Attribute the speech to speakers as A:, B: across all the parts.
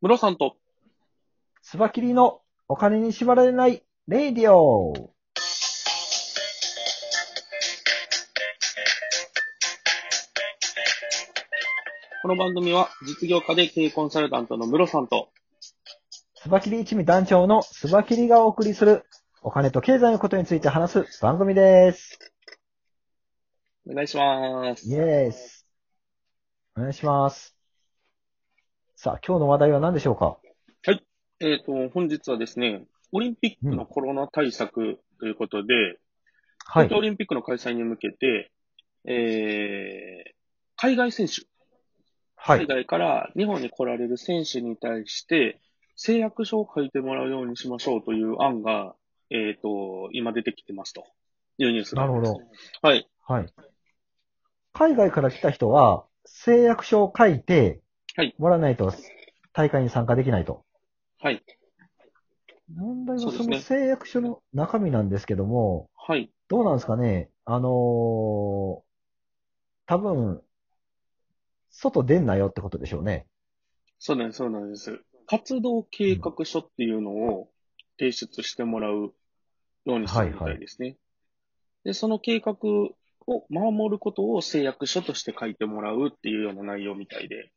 A: ムロさんと、
B: スバキリのお金に縛られないレイディオ。
A: この番組は実業家で経営コンサルタントのムロさんと、
B: スバキリ一味団長のスバキリがお送りするお金と経済のことについて話す番組です。
A: お願いします。
B: イエース。お願いします。さあ、今日の話題は何でしょうか
A: えっ、と、本日はですね、オリンピックのコロナ対策ということで、
B: は
A: 東京オ
B: い。
A: リンピックの開催に向けて、えー、海外選手、
B: は
A: 海
B: い。
A: 外から日本に来られる選手に対して、誓約書を書いてもらうようにしましょうという案が、えっ、と、今出てきてますというニュースがあります
B: なるほ
A: はい。
B: はい。海外から来た人は、誓約書を書いて
A: はい、
B: もらわないと大会に参加できないと。
A: はい。
B: 問題は
A: そうで
B: そ
A: すね
B: の誓約書の中身なんですけども、
A: はい。
B: どうなんですかねあのー、多分、外出んなよってことでしょうね。
A: そうなんです、そうなんです。活動計画書っていうのを提出してもらうようにするみたいですね。で、その計画を守ることを誓約書として書いてもらうっていうような内容みたいで。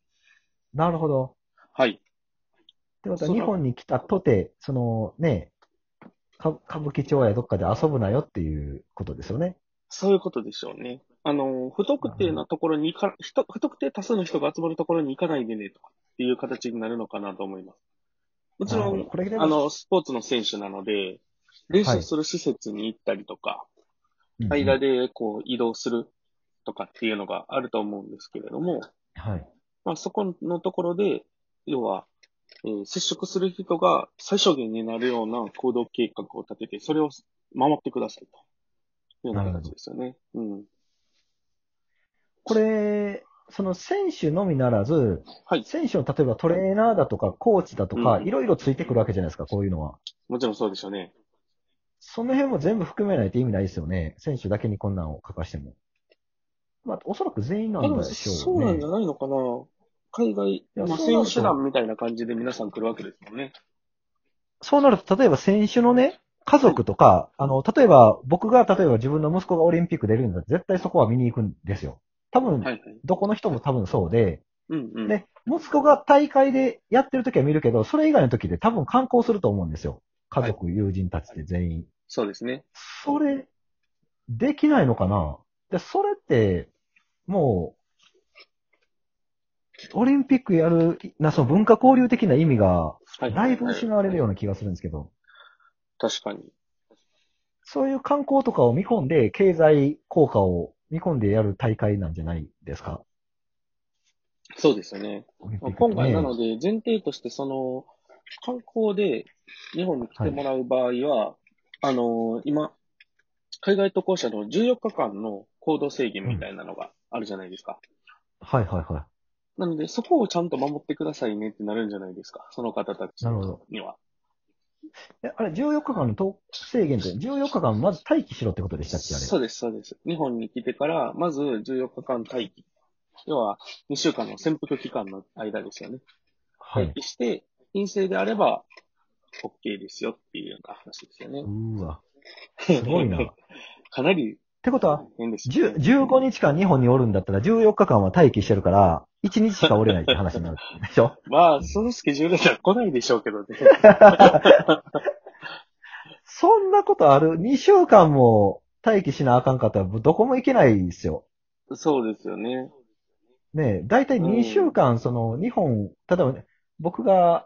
B: なるほど。
A: はい。
B: ってこ
A: そ
B: とは、
A: う
B: 日
A: だ
B: 本に来たとて、そのね、か歌舞伎町やどっかで遊ぶなよっていうことですよね。
A: そういうことでしょうね。あの、不特定なところに行か、ひと不特定多数の人が集まるところに行かないでねとかっていう形になるのかなと思います。もち
B: なる
A: ろ
B: ほど
A: ん、
B: これでも
A: あの、スポーツの選手なので、練習する施設に行ったりとか、
B: うん
A: 間でこう移動するとかっていうのがあると思うんですけれども、
B: はい。
A: まあ、そこのところで、要は、えー接触する人が最小限になるような行動計画を立てて、それを守ってくださいというような形ですよね。うん。
B: これ、その選手のみならず、
A: はい。
B: 選手の例えばトレーナーだとかコーチだとか、
A: うん
B: いろいろついてくるわけじゃないですか、こういうのは。
A: もちろんそうでしょうね。
B: その辺も全部含めないと意味ないですよね。選手だけにこんなんを書かしても。まあ、おそらく全員なん
A: でも、
B: でしょうね。
A: そうなんじゃないのかな。海外、
B: や
A: まあ、
B: そうな
A: 選
B: ると
A: 手団みたいな感じで皆さん来るわけですもんね。
B: そうなると、例えば選手のね、家族とか、あの、例えば僕が、例えば自分の息子がオリンピック出るんだって、絶対そこは見に行くんですよ。多分、
A: はいはい。
B: どこの人も多分そうで、
A: うんうん。
B: ね、息子が大会でやってる時は見るけど、それ以外の時で多分観光すると思うんですよ。家族、友人たちで全員。
A: そうですね。
B: それ、できないのかなで、それって、もう、オリンピックやる、な、その文化交流的な意味が、
A: はい。
B: だいぶ失われるような気がするんですけど。
A: 確かに。
B: そういう観光とかを見込んで、経済効果を見込んでやる大会なんじゃないですか。
A: そうですよね。
B: オリンピ
A: まあ
B: ックっ
A: 今
B: てね
A: 回なので、前提として、その、観光で日本に来てもらう場合は、あの、今、海外渡航者の14日間の行動制限みたいなのがあるじゃないですか。
B: はいはいは
A: なので、そこをちゃんと守ってくださいねってなるんじゃないですか。その方たち
B: なるほど
A: には。
B: い。え、あれ、14日間の投制限って、14日間まず待機しろってことでしたっけあれ。
A: そうです、そうです。日本に来てから、まず14日間待機。要は、2週間の潜伏期間の間ですよね。
B: は
A: 待
B: い。
A: 機して、陰性であれば、OK ですよっていうような話ですよね。
B: うーわ。すごいな。っ
A: かなり
B: てことは、
A: 変ですよ
B: 10
A: ね、
B: 15日間日本におるんだったら14日間は待機してるから、1日しかおれないって話 になるでしょ
A: まあ、そのスケジュールでは来ないでしょうけどね。
B: そんなことある ?2 週間も待機しなあかんかったら、どこも行けないですよ。
A: そうですよね。
B: ねえ、だいたい
A: うん
B: 2週間、その、日本、例えばね、僕が、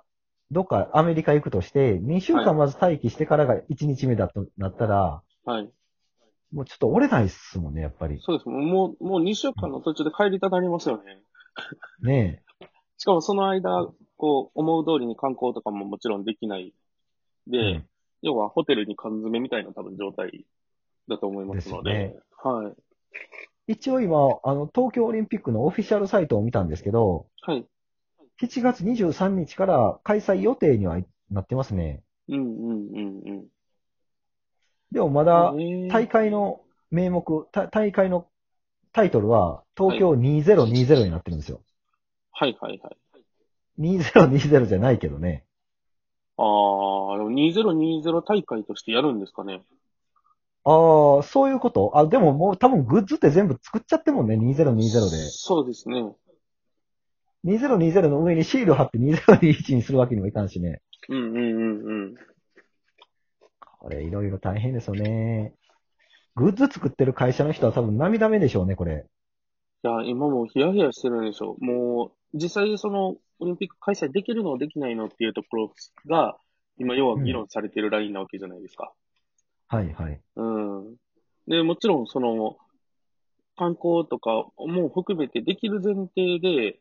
B: どっかアメリカ行くとして、2週
A: は
B: 間
A: い
B: まず待機してからが1日目だとなったら、
A: はい。
B: もうちょっと折れないっすもんね、やっぱり。
A: そうです。もう、もう2週間の途中で帰りたなりますよね。
B: ね
A: しかもその間、こう、思う通りに観光とかももちろんできない。で、
B: え。
A: 要はホテルに缶詰みたいな多分状態だと思いますので。
B: です
A: はい。
B: 一応今、あの、東京オリンピックのオフィシャルサイトを見たんですけど、
A: はい。
B: 7月23日から開催予定にはなってますね。
A: うんうんうんうん。
B: でもまだ、
A: ね
B: 大会の名目、た大会のタイトルは、東京2020になってるんですよ。
A: はいはいはい。
B: 2020じゃないけどね。
A: ああ、でも2020大会としてやるんですかね。
B: ああ、そういうことあ、でももう多分グッズって全部作っちゃってもんね、2020で。
A: そうですね。
B: 2020の上にシール貼って2021にするわけにもいかんしね。
A: うんうんうんうん。
B: これいろいろ大変ですよね。グッズ作ってる会社の人は多分涙目でしょうね、これ。
A: いや、今もうヒヤヒヤしてるんでしょう。もう、実際その、オリンピック開催できるの、できないのっていうところが、今、要は議論されてるラインなわけじゃないですか。
B: はいはい。
A: うん。で、もちろん、その、観光とかも含めてできる前提で、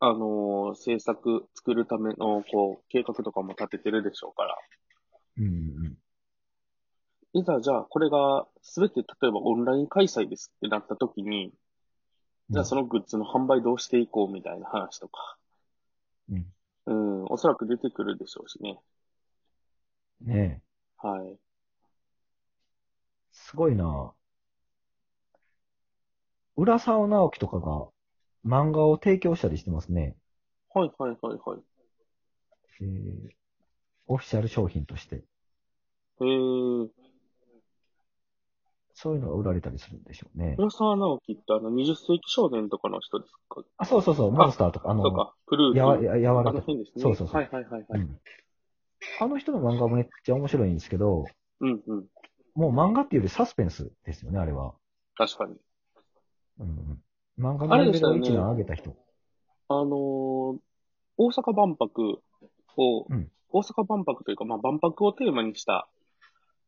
A: あの、政策作るための、こう、計画とかも立ててるでしょうから。
B: うんうん。
A: いざ、じゃあ、これが、すべて、例えばオンライン開催ですってなった時に、じゃあそのグッズの販売どうしていこうみたいな話とか。
B: うん。
A: うん、おそらく出てくるでしょうしね。
B: ねえ。
A: はい。
B: すごいな浦沢直樹とかが漫画を提供したりしてますね。
A: はいはいはいはい。
B: えー、オフィシャル商品として。
A: えー、
B: そういうのが売られたりするんでしょうね。
A: 浦沢直樹ってあの20世紀少年とかの人ですか
B: あ、そうそうそう、モンスターとか、あの、
A: そうか、クルーズ。
B: やわ、や、やわ
A: あ
B: ら
A: の
B: か
A: 辺ですね。
B: そうそうそう
A: はいはいはいは
B: う
A: い。
B: ん。あの人の漫画もめっちゃ面白いんですけど、
A: うんうん。
B: もう漫画っていうよりサスペンスですよね、あれは。
A: 確かに。
B: うんうん。漫画のレベルを一段上げた人。
A: あのー大阪万博を、
B: うん
A: 大阪万博というか、まあ万博をテーマにした、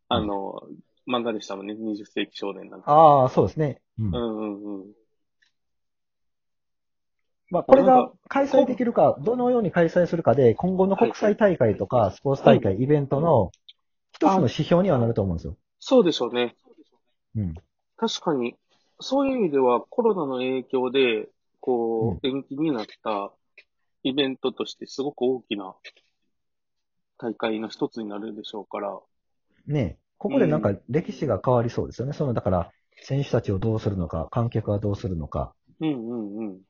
A: あのー漫画でしたもんね、20世紀少年なんか。
B: ああ、そうですね。うん
A: う。んうんうん。
B: まあ、これが開催できるか、どのように開催するかで、今後の国際大会とか、スポーツ大会、イベントの一つの指標にはなると思うんですよ。
A: そうでしょうね。
B: うん。
A: 確かに、そういう意味ではコロナの影響で、こう、延期になったイベントとしてすごく大きな大会の一つになるでしょうから、
B: ねえここでなんか歴史が変わりそうですよね。その、だから、選手たちをどうするのか、観客はどうするのか。
A: うんうんうん。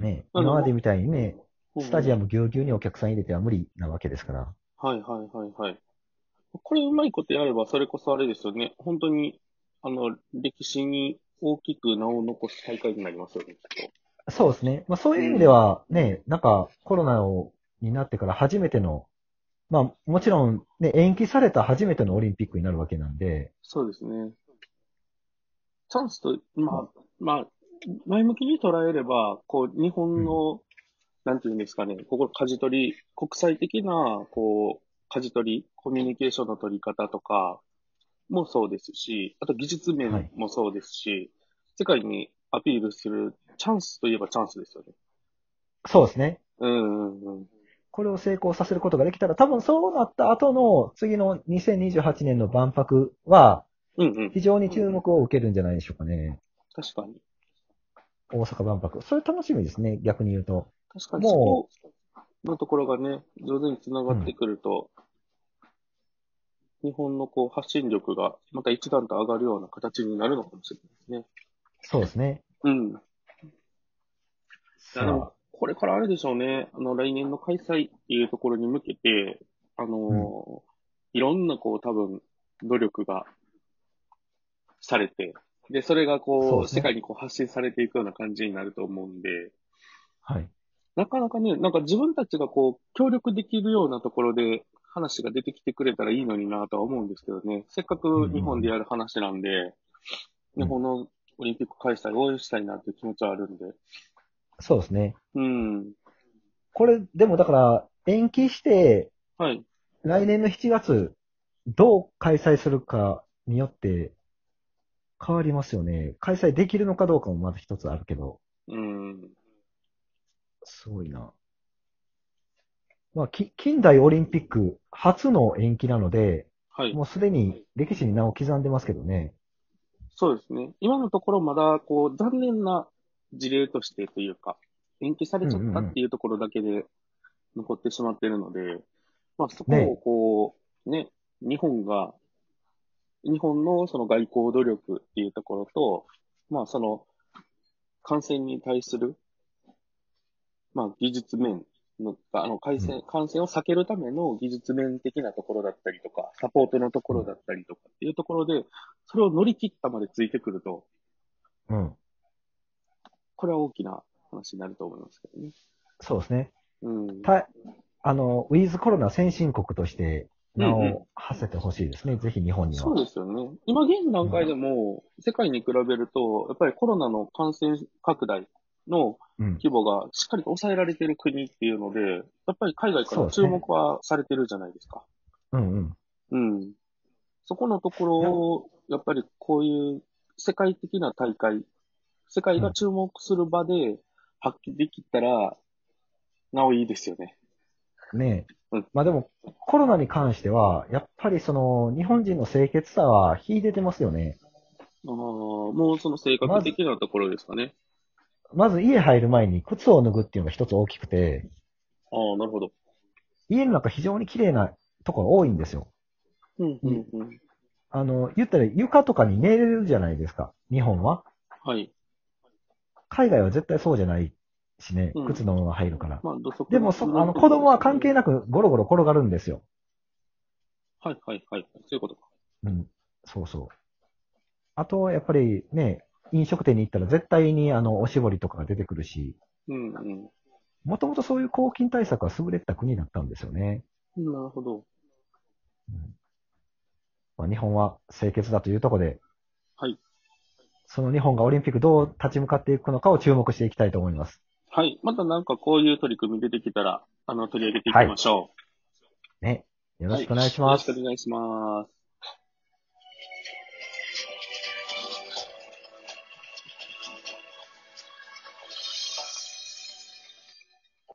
B: ねえ
A: うん
B: 今までみたいにね、スタジア
A: ム。
B: ムぎゅうぎゅうにお客さん入れては無理なわけですから。
A: はいはいはいはい。これうまいことやれば、それこそあれですよね。本当に、あの、歴史に大きく名を残す大会になりますよね、きっと。
B: そうですね。まあそういう意味ではね、なんかコロナをになってから初めての、まあもちろんね、延期された初めてのオリンピックになるわけなんで、
A: そうですね。チャンスと、まあ、まあ、前向きに捉えれば、こう、日本の、なんていうんですかね、ここ、舵取り、国際的な、こう、舵取り、コミュニケーションの取り方とかもそうですし、あと技術
B: はい
A: 面もそうですし、世界にアピールするチャンスといえばチャンスですよね。
B: そうですね。
A: うんうんうん。
B: これを成功させることができたら、多分そうなった後の次の2028年の万博は、
A: うんうん。
B: 非常に注目を受けるんじゃないでしょうかね。
A: 確かに。
B: 大阪万博。それ楽しみですね、逆に言うと。
A: 確かに、
B: も
A: そこのところがね、上手に繋がってくると、日本のこう発信力がまた一段と上がるような形になるのかもしれないで
B: そうですね。
A: すね。うん。
B: さ
A: あの
B: あ、
A: これからあれでしょうね、あの、来年の開催っていうところに向けて、あのーいろんなこう多分、努力がされて、で、それが
B: そ
A: こ
B: う
A: う、
B: ですね
A: 世界にこう発信されていくような感じになると思うんで、
B: はい。
A: なかなかね、なんか自分たちがこう、協力できるようなところで話が出てきてくれたらいいのになとは思うんですけどね。せっかく日本でやる話なんで、
B: うん
A: 日本のオリンピック開催を応援したいなっていう気持ちはあるんで。
B: そうですね。
A: うん。
B: これ、でもだから、延期して、
A: はい。
B: 来年の7月、どう開催するかによって変わりますよね。開催できるのかどうかもまだ一つあるけど、
A: うん。
B: すごいな。まあ、き近代オリンピック初の延期なので、
A: はい。
B: もうすでに歴史に名を刻んでますけどね。
A: そうですね。今のところまだ、こう、残念な事例としてというか、延期されちゃったっていうところだけで残ってしまってるので、まあそこをこう、ね、日本が、日本のその外交努力っていうところと、まあその、感染に対する、まあ技術面のあの感染感染を避けるための技術面的なところだったりとか、サポートのところだったりとかっていうところで、それを乗り切ったまでついてくると、
B: うん。
A: これは大きな話になると思いますけどね。
B: そうですね。
A: うん。
B: た、あの、ウィズコロナ先進国として、名
A: うんうん
B: を馳せてほしいですね。ぜひ日本には。
A: そうですよね。今現段階でも、世界に比べると、やっぱりコロナの感染拡大の
B: うん。
A: 規模がしっかりと抑えられている国っていうので、やっぱり海外か
B: そう
A: ら
B: です
A: 注
B: ね
A: 目はされてるじゃないですか。
B: うんうん。
A: うん。そこのところを、やっぱりこういう世界的な大会、世界が注目する場で発揮できたら、なおいいですよね。
B: ねえ
A: うん。
B: まあでも、コロナに関しては、やっぱりその、日本人の清潔さは秀でてますよね。
A: ああ、もうその性格的なところですかね。
B: まず家入る前に靴を脱ぐっていうのが一つ大きくて、
A: ああ、なるほど。
B: 家の中非常に綺麗なところ多いんですよ。
A: うん、うん、うん。
B: あの、言ったら床とかに寝れるじゃないですか。日本は。
A: はい。
B: 海外は絶対そうじゃないしね
A: うん。
B: 靴のまま入るから。
A: まあ、土足
B: でもそ、あの、子供は関係なくゴロゴロ転がるんですよ。
A: はい、はい、はい。そういうことか。
B: うん。そうそう。あと、やっぱりね、飲食店に行ったら絶対にあの、おしぼりとかが出てくるし、
A: うん、うん。
B: もともとそういう抗菌対策は優れてた国だったんですよね。
A: なるほど。
B: まあ、日本は清潔だというところで、
A: はい。
B: その日本がオリンピックどう立ち向かっていくのかを注目していきたいと思います。
A: はい。またなんかこういう取り組み出てきたら、あの、取り上げていきましょ
B: ね。よ
A: う。
B: ろしくお願いします。
A: はいよろしくお願いします。